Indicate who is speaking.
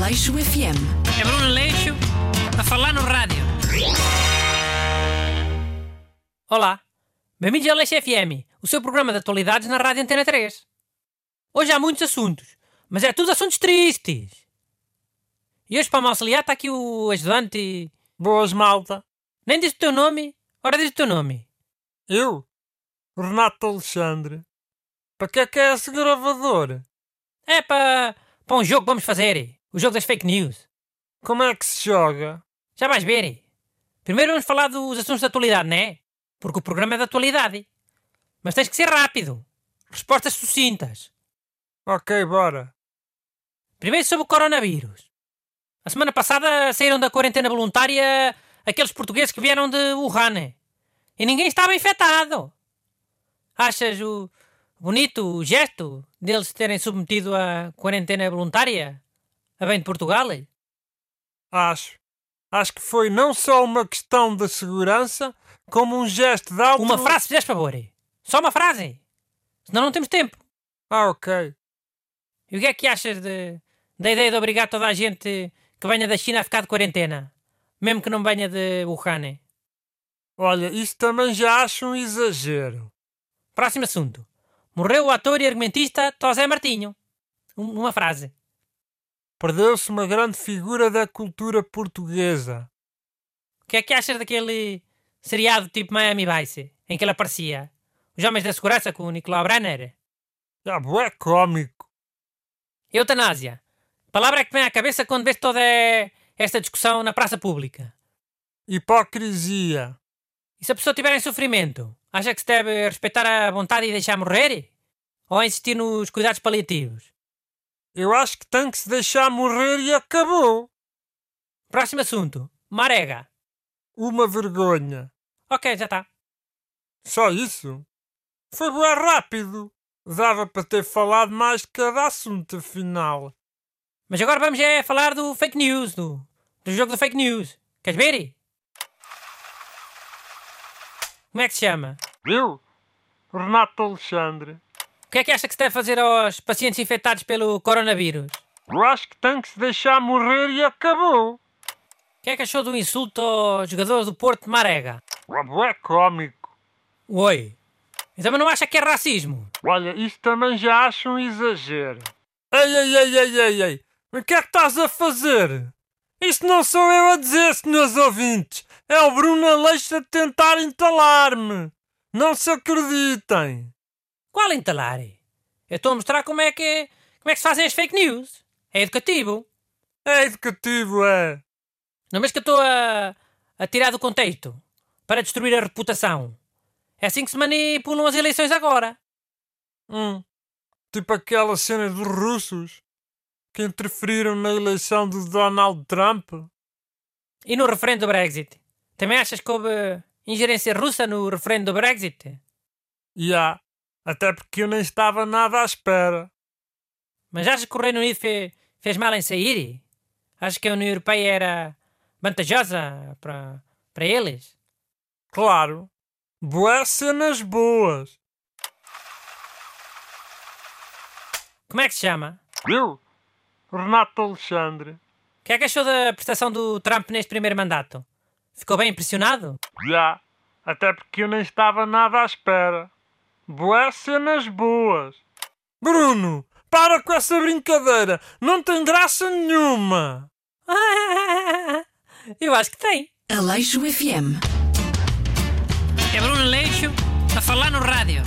Speaker 1: Leixo FM.
Speaker 2: É Bruno Leixo a falar no rádio. Olá, bem-vindos ao Leixo FM, o seu programa de atualidades na Rádio Antena 3. Hoje há muitos assuntos, mas é tudo assuntos tristes. E hoje para me auxiliar está aqui o ajudante Boas Malta. Nem disse o teu nome, ora diz o teu nome.
Speaker 3: Eu? Renato Alexandre? Para que é que é esse gravador?
Speaker 2: É para, para um jogo que vamos fazer, o jogo das fake news.
Speaker 3: Como é que se joga?
Speaker 2: Já vais ver. eh. Primeiro vamos falar dos assuntos da atualidade, não é? Porque o programa é da atualidade. Mas tens que ser rápido. Respostas sucintas.
Speaker 3: Ok, bora.
Speaker 2: Primeiro sobre o coronavírus. A semana passada saíram da quarentena voluntária aqueles portugueses que vieram de Wuhan. eh. E ninguém estava infectado. Achas o bonito o gesto deles terem submetido à quarentena voluntária? A bem de Portugal? eh?
Speaker 3: Acho. Acho que foi não só uma questão de segurança, como um gesto de alto...
Speaker 2: Uma frase, se fizeres favor. Só uma frase. Senão não temos tempo.
Speaker 3: Ah, ok.
Speaker 2: E o que é que achas de- da ideia de obrigar toda a gente que venha da China a ficar de quarentena? Mesmo que não venha de Wuhan.
Speaker 3: Olha, isso também já acho um exagero.
Speaker 2: Próximo assunto. Morreu o ator e argumentista Tosé Martinho. Um- Uma frase.
Speaker 3: Perdeu-se uma grande figura da cultura portuguesa.
Speaker 2: O que é que achas daquele seriado tipo Miami Vice, em que ele aparecia? Os Homens da Segurança com o Nicolau Brenner?
Speaker 3: Já Ah, bué cómico.
Speaker 2: Eutanásia. Palavra que vem à cabeça quando vês toda eh, esta discussão na praça pública.
Speaker 3: Hipocrisia.
Speaker 2: E se a pessoa estiver em sofrimento, acha que se deve respeitar a vontade e deixar morrer? Ou insistir nos cuidados paliativos?
Speaker 3: Eu acho que tem que se deixar morrer e acabou.
Speaker 2: Próximo assunto. Marega.
Speaker 3: Uma vergonha.
Speaker 2: Ok, já está.
Speaker 3: Só isso? Foi bué rápido. Dava para ter falado mais de cada assunto, afinal.
Speaker 2: Mas agora vamos é falar do fake news, do, do jogo do fake news. Queres ver? Como é que se chama?
Speaker 3: Viu? Renato Alexandre.
Speaker 2: O que é que acha que se deve fazer aos pacientes infectados pelo coronavírus?
Speaker 3: Eu acho que tem que se deixar morrer e acabou.
Speaker 2: O que é que achou do insulto aos jogadores do Porto de Marega?
Speaker 3: Ué, é cómico.
Speaker 2: Oi. Então mas não acha que é racismo?
Speaker 3: Olha, isso também já acho um exagero. Ei, ei, ei, ei, ei, ei. O que é que estás a fazer? Isso não sou eu a dizer, senhores ouvintes. É o Bruno Aleixo a tentar entalar-me. Não se acreditem.
Speaker 2: Qual entalar? Eu estou a mostrar como é que como é que se fazem as fake news. É educativo.
Speaker 3: É educativo, é.
Speaker 2: Não vês que eu estou a, a tirar do contexto para destruir a reputação. É assim que se manipulam as eleições agora.
Speaker 3: Hum. Tipo aquela cena dos russos que interferiram na eleição de Donald Trump.
Speaker 2: E no referendo do Brexit? Também achas que houve ingerência russa no referendo do Brexit?
Speaker 3: E há. Até porque eu nem estava nada à espera.
Speaker 2: Mas achas que o Reino Unido fe- fez mal em sair? Achas que a União Europeia era vantajosa para, para eles?
Speaker 3: Claro. Boas cenas boas.
Speaker 2: Como é que se chama?
Speaker 3: Eu? Renato Alexandre.
Speaker 2: O que é que achou da prestação do Trump neste primeiro mandato? Ficou bem impressionado?
Speaker 3: Já. Até porque eu nem estava nada à espera. Boas cenas boas. Bruno, para com essa brincadeira. Não tem graça nenhuma.
Speaker 2: Eu acho que tem.
Speaker 1: Aleixo FM.
Speaker 2: É Bruno Leixo a falar no rádio.